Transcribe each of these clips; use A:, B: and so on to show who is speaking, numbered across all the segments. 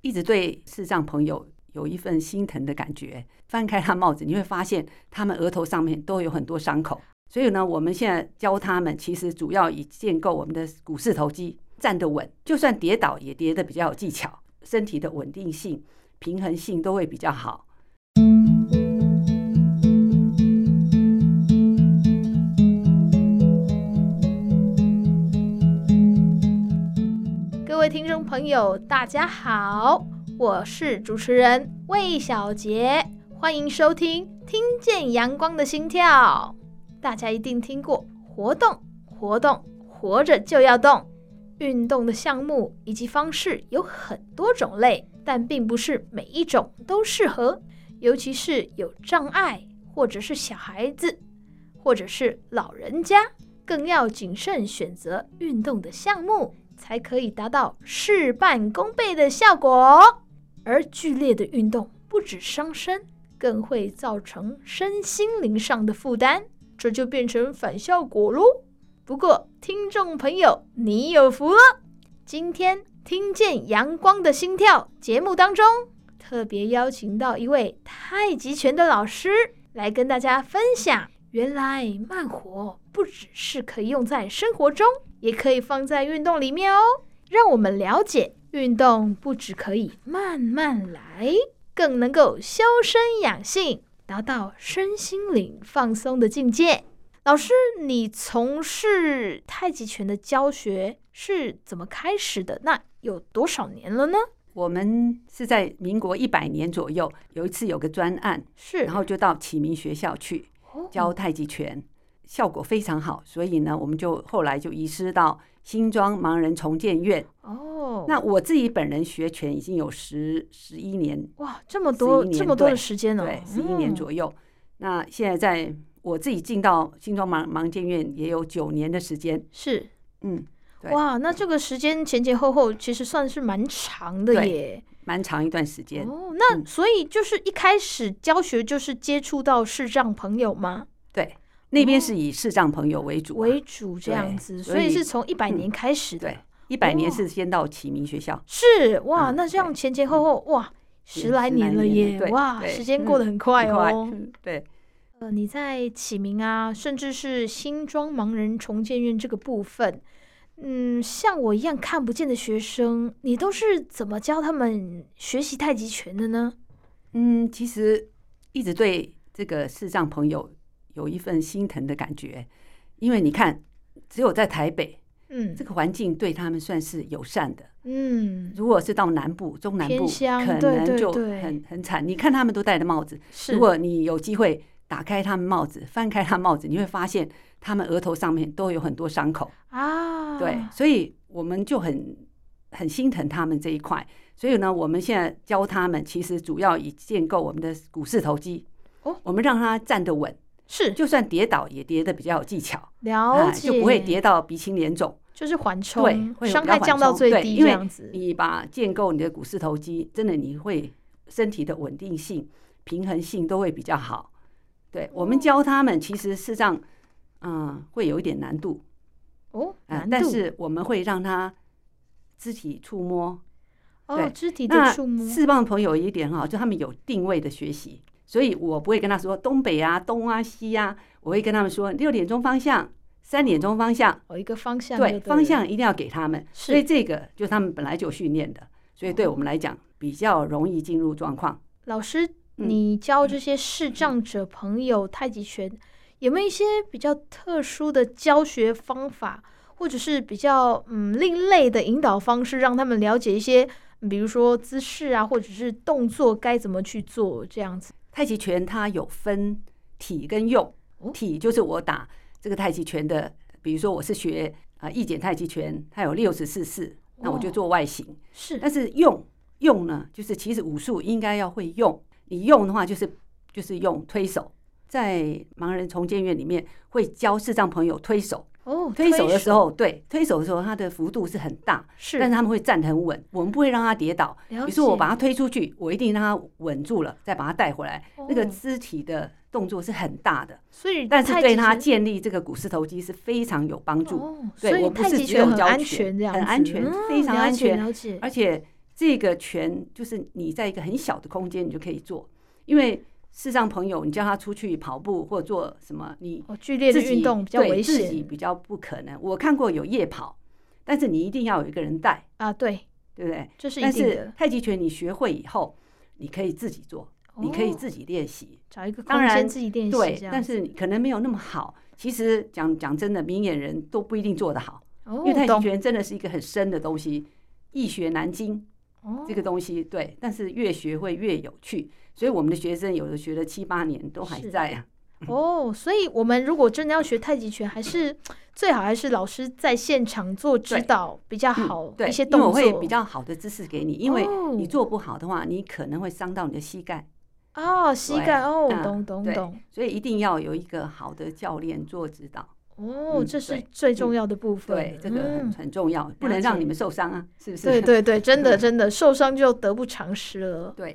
A: 一直对视障朋友有一份心疼的感觉。翻开他帽子，你会发现他们额头上面都有很多伤口。所以呢，我们现在教他们，其实主要以建构我们的股四头肌站得稳，就算跌倒也跌得比较有技巧，身体的稳定性、平衡性都会比较好。
B: 各位听众朋友，大家好，我是主持人魏小杰，欢迎收听《听见阳光的心跳》。大家一定听过活动、活动、活着就要动。运动的项目以及方式有很多种类，但并不是每一种都适合，尤其是有障碍或者是小孩子，或者是老人家，更要谨慎选择运动的项目。才可以达到事半功倍的效果。哦而剧烈的运动不止伤身，更会造成身心灵上的负担，这就变成反效果喽。不过，听众朋友，你有福了！今天听见《阳光的心跳》节目当中，特别邀请到一位太极拳的老师来跟大家分享，原来慢活不只是可以用在生活中。也可以放在运动里面哦。让我们了解，运动不只可以慢慢来，更能够修身养性，达到身心灵放松的境界。老师，你从事太极拳的教学是怎么开始的？那有多少年了呢？
A: 我们是在民国一百年左右，有一次有个专案，
B: 是，
A: 然后就到启明学校去
B: 哦
A: 教太极拳。效果非常好，所以呢，我们就后来就移师到新庄盲人重建院。
B: 哦，
A: 那我自己本人学拳已经有十十一年，
B: 哇，这么
A: 11
B: 多
A: 年
B: 这么多的嗯
A: 对
B: 时间呢、哦
A: 对，十一年
B: 右。
A: 左右。那现在在我自己进到新庄盲盲健院也有九年的时间，
B: 是
A: 嗯，对
B: 哇，那这个时间前前后后其实算是蛮长的
A: 对
B: 耶。
A: 蛮长一段时间。
B: 哦，那
A: 嗯
B: 所以就是一开始教学就是接触到视障朋友吗？
A: 对，那边是以视障朋友为主、啊，
B: 哦为主这样子，
A: 对
B: 所
A: 所
B: 以
A: 以嗯
B: 是从一百年开始的。
A: 对，一百年
B: 哦
A: 是先到启明学校，
B: 是哇，
A: 嗯
B: 那这样前前后后哇，十来
A: 十来
B: 年了
A: 年了
B: 耶，
A: 对
B: 哇，
A: 对
B: 时间
A: 嗯
B: 过得很快
A: 很快
B: 哦。
A: 对，
B: 呃，你在启明啊，甚至是新庄盲人重建院这个部分，嗯，像我一样看不见的学生，你都是怎么教他们学习太极拳的呢？
A: 嗯，其实一直对这个视障朋友有一份心疼的感觉，因为你看，只有在台北
B: 嗯
A: 这个环境对他们算是友善的，
B: 嗯，
A: 如果是到南部、中南
B: 偏
A: 部，
B: 乡
A: 可
B: 对
A: 能
B: 对
A: 就
B: 对
A: 很很惨。你看他们都戴着帽子，
B: 是
A: 如果你有机会打开他们帽子，翻开他帽子，你会发现他们额头上面都有很多伤口。
B: 啊，
A: 对，所以我们就很很心疼他们这一块。所以呢，我们现在教他们，其实主要以建构我们的股四头肌。
B: 哦，
A: 我们让他站得稳，
B: 是
A: 就算跌倒也跌得比较有技巧，啊
B: 了解，
A: 就不会跌到鼻青脸肿。
B: 就是缓
A: 对
B: 冲，
A: 会有
B: 伤
A: 比较
B: 害
A: 缓
B: 降到
A: 冲
B: 最
A: 对
B: 低
A: 因
B: 这
A: 为
B: 样子。
A: 你把建构你的股四头肌，真的你会身体的稳定性、平衡性都会比较好。对我们
B: 哦
A: 教他们，其实事实上，嗯，会有一点难度，
B: 哦，
A: 啊
B: 难
A: 但
B: 度
A: 是我们会让他肢体触摸，
B: 哦，
A: 对
B: 肢体
A: 那
B: 的触摸
A: 四棒朋友有一点很好，就他们有定位的学习，所以我不会跟他说东北啊、东啊、西啊，我会跟他们说六点钟方向、三点钟方向，
B: 有一个方哦向就
A: 对，
B: 对，
A: 方向一定要给他们。所以
B: 是
A: 这个就是他们本来就有训练的，所以对我们来讲比较容易进入状况。
B: 老师，
A: 嗯
B: 你教这些视障者朋友太极拳，有没有一些比较特殊的教学方法，或者是比较嗯另类的引导方式，让他们了解一些，嗯比如说姿势啊，或者是动作该怎么去做这样子？
A: 太极拳它有分体跟用
B: 哦，
A: 体就是我打这个太极拳的，比如说我是学啊易简太极拳，它有六十四式，那我就
B: 哦
A: 做外形。
B: 是
A: 但是用用呢，就是其实武术应该要会用。你用的话，就是就是用推手。在盲人重建院里面，会教视障朋友推手。
B: 哦，
A: 推手的时候，对推手的时候，它的幅度是很大，
B: 是，
A: 但是他们会站得很稳，我们不会让他跌倒。
B: 比
A: 比如说，我把他推出去，我一定让他稳住了，再把他带回来。那个肢体的动作是很大的，
B: 所以
A: 但是
B: 哦太
A: 对
B: 极
A: 他
B: 拳
A: 建立这个股四头肌是非常有帮助。
B: 哦，
A: 对
B: 所以
A: 我不
B: 太
A: 是
B: 极
A: 只
B: 拳
A: 有
B: 很
A: 教
B: 安
A: 学
B: 全，这样
A: 很
B: 子
A: 安全
B: 嗯
A: 非常
B: 了
A: 安
B: 解
A: 全
B: 了解，
A: 而且这个拳就是你在一个很小的空间你就可以做，因为视障朋友你叫他出去跑步或做什么，你
B: 哦，剧烈的
A: 自己
B: 运动比较
A: 对
B: 危
A: 自己
B: 险
A: 比较不可能。我看过有夜跑，但是你一定要有一个人带，
B: 啊，对，
A: 对不对？
B: 这是一
A: 但
B: 定
A: 是
B: 的。
A: 太极拳你学会以后，你可以自己做，你可以
B: 哦
A: 自己练习。
B: 找一个
A: 当
B: 空间
A: 然
B: 自己练习，
A: 对
B: 这，样
A: 但是你可能没有那么好。其实讲讲真的，明眼人都不一定做得好，
B: 哦
A: 因为太极
B: 懂
A: 拳真的是一个很深的东西，易学难精
B: 哦
A: 这个东西。对，但是越学会越有趣，所以我们的学生有的学了七八年都还
B: 是
A: 在啊。
B: 哦，所以我们如果真的要学太极拳，还是最好还是老师在现场做指
A: 对嗯
B: 导比较好，
A: 对，
B: 一些
A: 因为
B: 动
A: 我
B: 作
A: 会比较好的姿势给你，因为你
B: 哦
A: 做不好的话，你可能会伤到你的膝盖，
B: 哦膝
A: 对
B: 盖哦，
A: 嗯
B: 懂懂
A: 对
B: 懂
A: 所以一定要有一个好的教练做指导。
B: 哦，
A: 嗯
B: 这是
A: 对
B: 最重要的部分
A: 对
B: 了，，
A: 这个很
B: 嗯
A: 很重要，不
B: 了
A: 能让
B: 解
A: 你们受伤啊，是 不是？
B: 对对对，真的
A: 嗯
B: 真的受伤就得不偿失了。
A: 对，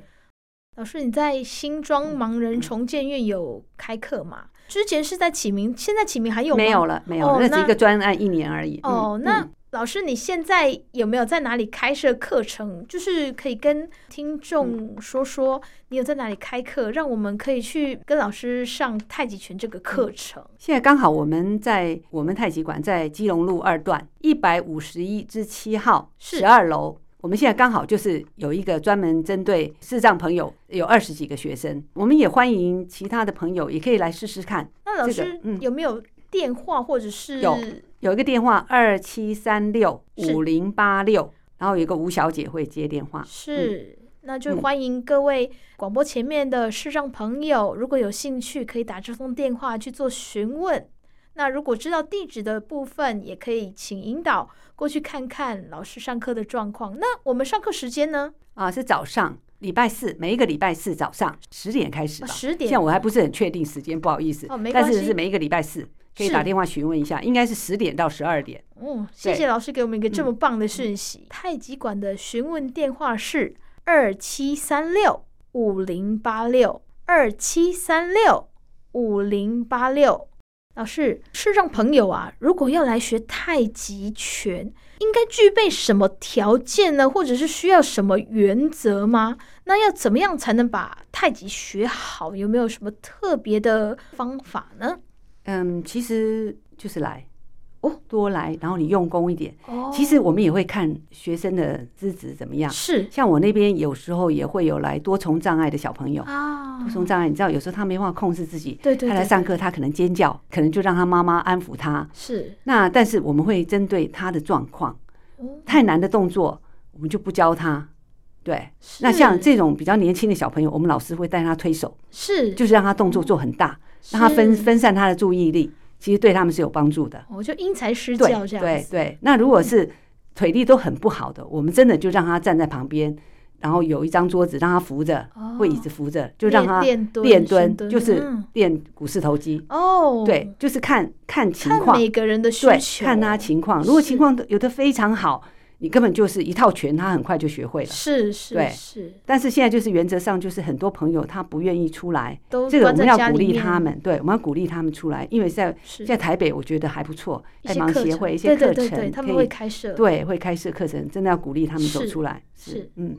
B: 老师，你在新庄盲人重建院有开课吗？之前是在启明，现在启明还有吗
A: 没有了，没有了
B: 哦，
A: 那是
B: 那
A: 一个专案，一年而已。嗯
B: 哦，那
A: 嗯
B: 老师，你现在有没有在哪里开设课程？就是可以跟听
A: 嗯
B: 众说说你有在哪里开课，让我们可以去跟老师上太极拳这个课程。
A: 现在刚好我们在我们太极馆在基隆路二段一百五十一至七号
B: 是
A: 十二楼。我们现在刚好就是有一个专门针对视障朋友，有二十几个学生，我们也欢迎其他的朋友也可以来试试看。
B: 那老
A: 这个
B: 师
A: 嗯
B: 有没有电话或者是
A: 有有一个电话二七三六五零八六，然后有一个吴小姐会接电话。
B: 是？那就
A: 嗯
B: 欢迎各位广播前面的视障朋友，如果有兴趣，可以打这通电话去做询问。那如果知道地址的部分，也可以请引导过去看看老师上课的状况。那我们上课时间呢？
A: 啊，是早上，礼拜四，每一个礼拜四早上十点开始吧。
B: 啊十
A: 现
B: 点
A: 在我还不是很确定时间，不好意思。
B: 哦没
A: 但
B: 关
A: 是
B: 系
A: 是每一个礼拜四，可以
B: 是
A: 打电话询问一下，应该是十点到十二点。
B: 哦，谢
A: 对
B: 谢老师给我们一个这么棒的讯息。太极馆的询问电话是二七三六五零八六二七三六五零八六。老师，视障朋友啊，如果要来学太极拳，应该具备什么条件呢？或者是需要什么原则吗？那要怎么样才能把太极学好？有没有什么特别的方法呢？
A: 嗯，其实就是来
B: 哦，
A: 多来，然后你用功一点。
B: 哦
A: 其实我们也会看学生的资质怎么样。
B: 是
A: 像我那边有时候也会有来多重障碍的小朋友，
B: 啊
A: 多重障碍，你知道有时候他没办法控制自己，
B: 对对
A: 他来
B: 对，
A: 上课他可能尖叫，可能就让他妈妈安抚他。
B: 是
A: 那但是我们会针对他的状况，
B: 哦
A: 太难的动作我们就不教他。对，
B: 是
A: 那像这种比较年轻的小朋友，我们老师会带他推手，
B: 是
A: 就是让他动作做很大，让他分
B: 是
A: 分散他的注意力，其实对他们是有帮助的。
B: 哦，就因材施
A: 对
B: 教这样
A: 对
B: 子嗯
A: 对，那如果是腿力都很不好的，我们真的就让他站在旁边，然后有一张桌子让他扶着，
B: 哦
A: 或椅子扶着，就让他
B: 练蹲
A: 练
B: 练
A: 蹲，就是
B: 嗯
A: 练股四头肌。
B: 哦，
A: 对，，就是看看情
B: 看
A: 况，
B: 每个人的需
A: 对，
B: 求，哦
A: 看他情况。如果情
B: 是
A: 况都有的非常好，你根本就是一套拳，他很快就学会了。
B: 是是
A: 对
B: 是，
A: 但是现在就是原则上，就是很多朋友他不愿意出来，
B: 都
A: 这个我
B: 关
A: 们
B: 在
A: 要
B: 家
A: 鼓
B: 里
A: 励他
B: 面
A: 们，对，我们要鼓励他们出来，因为在
B: 是
A: 在台北我觉得还不错，
B: 一
A: 在
B: 些
A: 盲
B: 课
A: 协
B: 程
A: 会一些课
B: 对对对对，
A: 程
B: 他
A: 可
B: 们会
A: 以，
B: 开设，
A: 对，会开设课程，真的要鼓励他们走
B: 是
A: 出来，
B: 是
A: 嗯。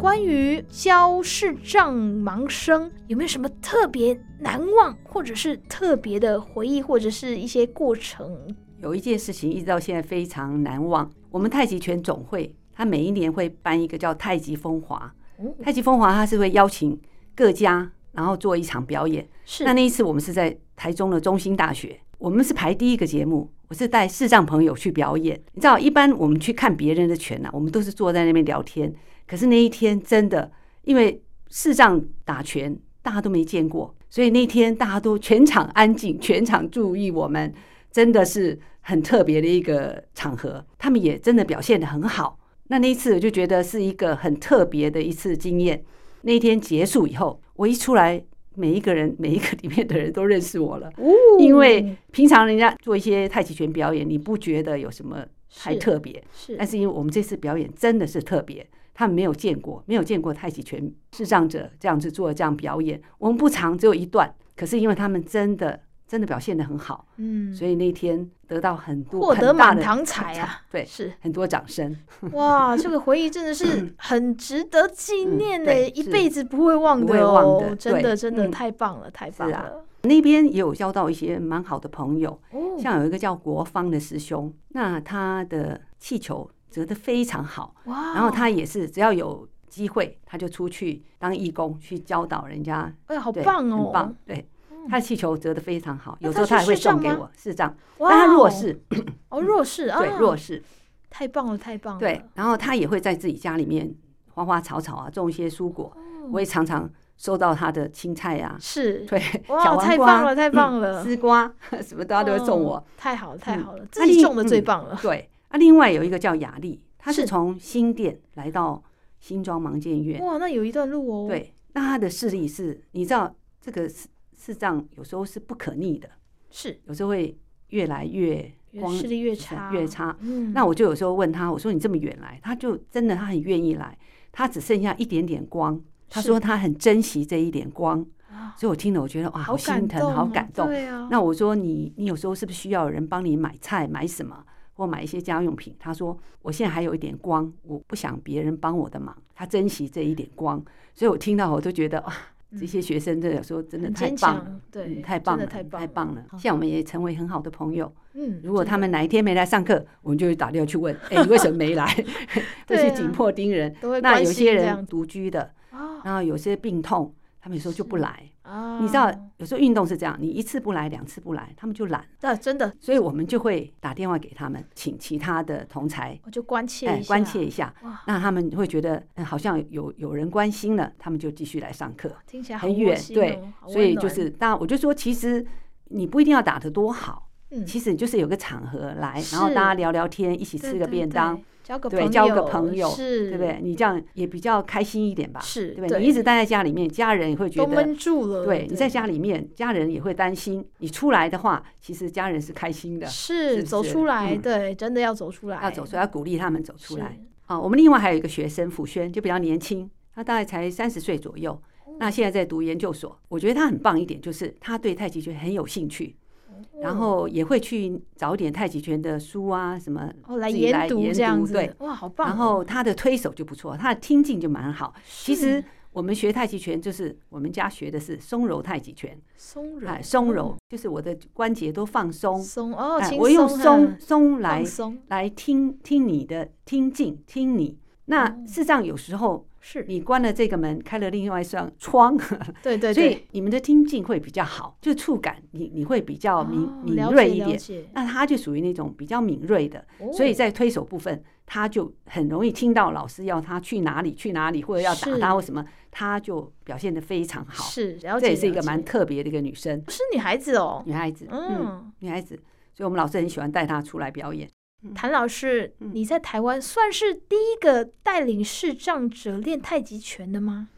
B: 关于教视障盲生有没有什么特别难忘，或者是特别的回忆，或者是一些过程？
A: 有一件事情一直到现在非常难忘，我们太极拳总会，它每一年会办一个叫太极风华
B: 哦，
A: 太极风华它是会邀请各家，然后做一场表演。
B: 是
A: 那那一次我们是在台中的中兴大学，我们是排第一个节目，我是带视障朋友去表演。你知道，一般我们去看别人的拳呢、啊我们都是坐在那边聊天。可是那一天真的，因为视障打拳大家都没见过，所以那天大家都全场安静，全场注意我们，真的是很特别的一个场合。他们也真的表现得很好。那那一次我就觉得是一个很特别的一次经验。那一天结束以后，我一出来，每一个人 每一个里面的人都认识我了。
B: 哦，
A: 因为平常人家做一些太极拳表演，你不觉得有什么太
B: 是
A: 特别，
B: 是
A: 但是因为我们这次表演真的是特别，他们没有见过，没有见过太极拳视障者这样子做这样表演，我们不长，只有一段，可是因为他们真的真的表现得很好，
B: 嗯，
A: 所以那天得到很多
B: 获
A: 很
B: 得
A: 大
B: 满
A: 的
B: 堂彩啊，
A: 对，
B: 是
A: 很多掌声。
B: 哇，这个回忆真的是很值得纪
A: 嗯
B: 念呢，
A: 对
B: 一
A: 是
B: 辈子不会忘
A: 不
B: 的
A: 会忘
B: 哦，
A: 的
B: 真的
A: 对
B: 真的
A: 嗯
B: 太棒了，太棒
A: 啊
B: 了，
A: 那边也有交到一些蛮好的朋友，
B: 哦，
A: 像有一个叫国芳的师兄，那他的气球折得非常好，
B: 哇，
A: 然后他也是只要有机会，他就出去当义工，去教导人家，
B: 哎呀，好
A: 对
B: 棒
A: 很
B: 哦
A: 棒，，对
B: 嗯。
A: 他的气球折得非常好，
B: 那
A: 有时
B: 他
A: 候
B: 是
A: 他也会
B: 视障
A: 送给
B: 吗
A: 我，是这样。
B: 哇，
A: 但他弱，势，
B: 哦，弱势啊，嗯
A: 对弱势，
B: 太棒了，太棒了，
A: 对。然后他也会在自己家里面花花草草啊，种一些蔬果。
B: 哦，
A: 我也常常收到他的青菜呀、
B: 是，
A: 对，小
B: 哇，
A: 黄
B: 太棒
A: 瓜嗯
B: 了，、太棒了，
A: 丝瓜 什么大家都会送我
B: 哦。，太好了，太
A: 嗯
B: 好了，
A: 那
B: 自己
A: 你
B: 种的最
A: 嗯
B: 棒了，
A: 对，啊，另外有一个叫雅丽，她
B: 是
A: 是从新店来到新庄盲健院。
B: 哇，那有一段路哦，，
A: 对，那她的视力是，你知道这个视视障有时候是不可逆的，
B: 是，
A: 有时候会越来越
B: 越
A: 光
B: 视力越
A: 是
B: 差，
A: 越，差。
B: 嗯，
A: 那我就有时候问她，我说你这么远来，她就真的她很愿意来，她只剩下一点点光。她
B: 是
A: 说她很珍惜这一点光，
B: 啊
A: 所以我听了我觉得哇，好
B: 感
A: 心疼，好
B: 哦
A: 感动。
B: 对啊，
A: 那我说你你有时候是不是需要有人帮你买菜买什么或买一些家用品？他说我现在还有一点光，我不想别人帮我的忙，他珍惜这一点光，所以我听到我都觉得哇，
B: 嗯
A: 这些学生真的有时候真的
B: 很
A: 太
B: 坚
A: 棒了。
B: 强，对，
A: 嗯太棒了，
B: 真的太棒，
A: 太棒了！
B: 好
A: 像我们也成为很好的朋友。
B: 嗯，
A: 如果
B: 真
A: 他
B: 的
A: 们哪一天没来上课，我们就会打电话去问：“哎，你为什么没来？” 会
B: 对啊
A: 去紧迫盯人。
B: 都会
A: 那
B: 关
A: 有
B: 心
A: 些
B: 这
A: 人
B: 样
A: 独居的，
B: 啊
A: 然后有些病痛，他们有时候就不
B: 是
A: 来。
B: 啊，
A: 你知道，有时候运动是这样，你一次不来，两次不来，他们就懒。
B: 那真的
A: 所以我们就会打电话给他们，请其他的同才
B: 我就关切
A: 哎
B: 一下，
A: 关切一下
B: 哇，
A: 那他们会觉得、嗯好像有有人关心了，他们就继续来上课，
B: 听起来好
A: 很
B: 窝
A: 远
B: 心
A: 对
B: 哦，好
A: 所以
B: 温
A: 就
B: 暖
A: 是那我就说，其实你不一定要打得多好，
B: 嗯
A: 其实你就是有个场合来，
B: 是
A: 然后大家聊聊天，一起
B: 对
A: 吃个
B: 对
A: 便
B: 对
A: 当，
B: 交个
A: 对
B: 朋
A: 交个
B: 友
A: 朋友
B: 是，
A: 对不对？？你这样也比较开心一点吧，
B: 是，
A: 对不对？你一直待在家里面，家人也会觉
B: 都
A: 得。
B: 闷住了，
A: 对，你在家里面，家人也会担心。你出来的话，其实家人是开心的，
B: 是
A: 是不
B: 走
A: 是
B: 出来，
A: 嗯
B: 对，真的要走出来，
A: 要走出来，要鼓励他们走出
B: 是
A: 来。啊，我们另外还有一个学生辅轩，就比较年轻，他大概才三十岁左右。
B: 哦
A: 那现在在读研究所，我觉得他很棒一点，就是他对太极拳很有兴趣，
B: 嗯
A: 然后也会去找一点太极拳的书啊什么，
B: 哦来
A: 自己
B: 研
A: 来
B: 读
A: 研
B: 这样
A: 读
B: 子，
A: 对，
B: 哇，好棒哦。
A: 然后他的推手就不错，他的听劲就蛮好。其
B: 是
A: 实我们学太极拳，就是我们家学的是松柔太极拳，
B: 松柔
A: 哎，松柔就是我的关节都放松，
B: 松哦，
A: 哎，
B: 轻
A: 我用
B: 松
A: 松
B: 哈
A: 松来
B: 放松
A: 来听听你的听进听你。那
B: 哦
A: 事实上，有时候
B: 是，
A: 你关了这个门，开了另外一扇窗，
B: 对对
A: 所
B: 对，
A: 以你们的听进会比较好，就触感你你会比较敏、
B: 哦
A: 敏
B: 了
A: 锐
B: 解
A: 一
B: 了
A: 点。
B: 解
A: 那他就属于那种比较敏锐的，
B: 哦
A: 所以在推手部分，他就很容易听到老师要他去哪里去哪里，或者要打
B: 是
A: 他或什么，他就表现得非常好。
B: 是了
A: 这
B: 解，
A: 也是一
B: 了
A: 个蛮
B: 解
A: 特别的一个女生
B: 是女孩子哦，
A: 女孩子，嗯，
B: 嗯，
A: 女孩子，所以我们老师很喜欢带她出来表演。
B: 谭老师，
A: 嗯
B: 你在台湾算是第一个带领视障者练太极拳的吗？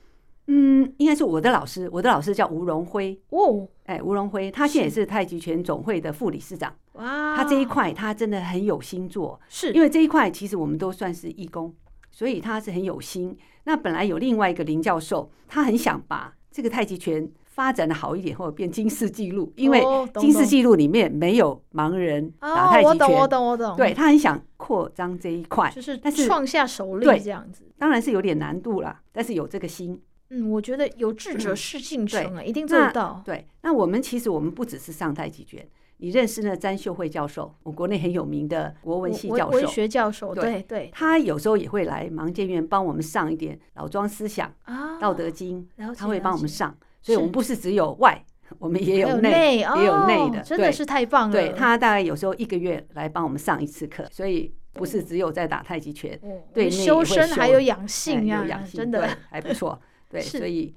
A: 嗯，应该是我的老师，我的老师叫吴荣辉，
B: 哦，
A: 哎，吴荣辉，他现在也
B: 是啊
A: 是太极拳总会的副理事长。
B: 哇，
A: 他这一块他真的很有心做，
B: 是
A: 因为这一块其实我们都算是义工，所以他是很有心。那本来有另外一个林教授，他很想把这个太极拳发展的好一点，或者变金氏纪录，因为
B: 哦懂
A: 金氏
B: 懂
A: 纪录里面没有盲人打
B: 哦
A: 太
B: 我
A: 极
B: 懂我
A: 拳，
B: 懂我懂，
A: 对，他很想扩张这一块，
B: 就是
A: 但是
B: 创下首例
A: 对
B: 这样子。
A: 当然是有点难度啦，但是有这个心。
B: 嗯，我觉得有志者事
A: 嗯
B: 竟
A: 对
B: 成啊，一定做得到。
A: 对，那我们其实我们不只是上太极拳，你认识那詹秀慧教授，我国内很有名的国文系教
B: 文
A: 授，
B: 学教授，
A: 对
B: 对对
A: 他有时候也会来盲建院帮我们上一点老庄思想、
B: 啊，
A: 道德经，
B: 了解
A: 他会
B: 了
A: 帮我们
B: 解
A: 上，所以我们不是只有外，我们也
B: 还有
A: 内。
B: 内，嗯
A: 也有内
B: 哦
A: 的
B: 真的
A: 对
B: 是太棒了。
A: 对他大概有时候一个月来帮我们上一次课，所以不是只有在打太极拳，
B: 哦，
A: 对内也
B: 我们修
A: 会
B: 身还
A: 修
B: 有养
A: 哎
B: 性
A: 有
B: 啊
A: 养，性
B: 真的
A: 对还不错。 对，
B: 是
A: 所以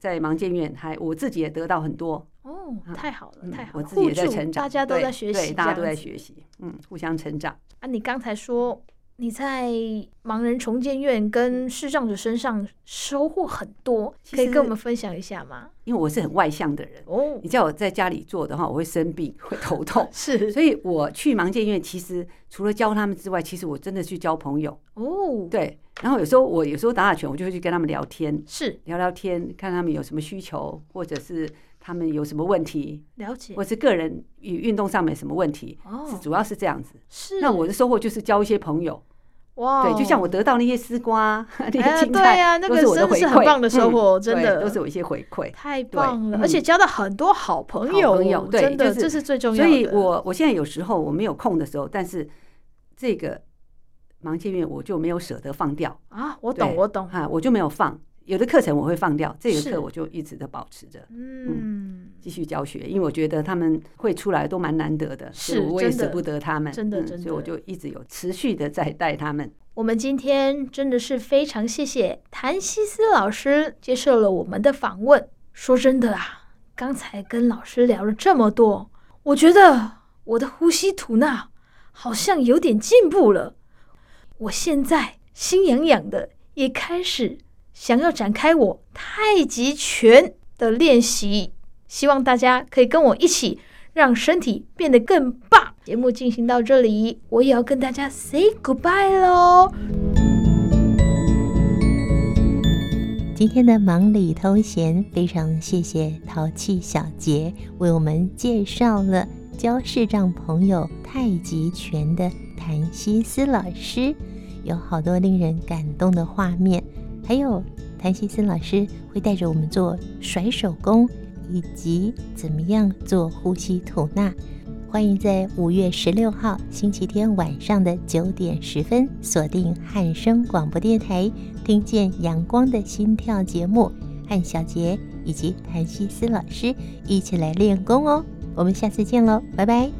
A: 在盲建院还我自己也得到很多
B: 哦，
A: 嗯
B: 太好了，
A: 嗯
B: 太好
A: 我
B: 了，
A: 自己
B: 互
A: 也在
B: 助，
A: 成长，
B: 大家都
A: 对
B: 在学
A: 对，
B: 习，
A: 大家都在
B: 习
A: 学习，嗯，互相成长。
B: 啊。你刚才说你在盲人重建院跟视障者身上收获很多，
A: 其
B: 可以
A: 实
B: 跟我们分享一下吗？
A: 因为我是很外向的人，
B: 哦。
A: 你，叫我在家里做的话，我会生病，会头痛
B: 是
A: 所以我去盲健院，其实除了教他们之外，其实我真的去交朋友。
B: 哦，
A: 对，然后有时候我有时候打打拳，我就会去跟他们聊天，
B: 是
A: 聊聊天，看他们有什么需求，或者是他们有什么问题，
B: 了解
A: 或是个人与运动上面什么问题，是
B: 哦，
A: 主要是这样子。
B: 是
A: 那我的收获就是交一些朋友，
B: 哇哦，
A: 对，就像我得到那些丝瓜、 那
B: 哎
A: 些
B: 呀
A: 青
B: 对
A: 菜，
B: 呀，那
A: 都
B: 个
A: 是我
B: 真
A: 回
B: 是
A: 馈，
B: 很棒的收
A: 嗯
B: 获，真
A: 对
B: 的
A: 都是有一些回馈。
B: 哦太棒了，
A: 嗯
B: 而且交到很多好朋友，
A: 好朋友对
B: 真的
A: 就是
B: 这是最重要
A: 所
B: 的。
A: 以我我现在有时候我没有空的时候，但是这个盲签月我就没有舍得放掉
B: 啊，我懂，
A: 对
B: 我懂，
A: 啊，我就没有放。有的课程我会放掉，这
B: 是
A: 个课我就一直的保持着
B: 嗯，
A: 继续教学，因为我觉得他们会出来都蛮难得的，所以
B: 是
A: 我也
B: 真的
A: 舍不得他们，嗯
B: 真的真
A: 所以我
B: 的
A: 就一直有持续的在带他们。
B: 我们今天真的是非常谢谢谭西斯老师接受了我们的访问。说真的啊，刚才跟老师聊了这么多，我觉得我的呼吸吐纳好像有点进步了。我现在心痒痒的，也开始想要展开我太极拳的练习。希望大家可以跟我一起，让身体变得更棒。节目进行到这里，我也要跟大家 say goodbye 喽。
C: 今天的忙里偷闲，非常谢谢淘气小杰为我们介绍了教视障朋友太极拳的谭西斯老师，有好多令人感动的画面，还有谭西斯老师会带着我们做甩手功，以及怎么样做呼吸吐纳。欢迎在五月十六号星期天晚上的九点十分锁定汉声广播电台听见阳光的心跳节目，和小杰以及谭西斯老师一起来练功哦。我们下次见喽，拜拜。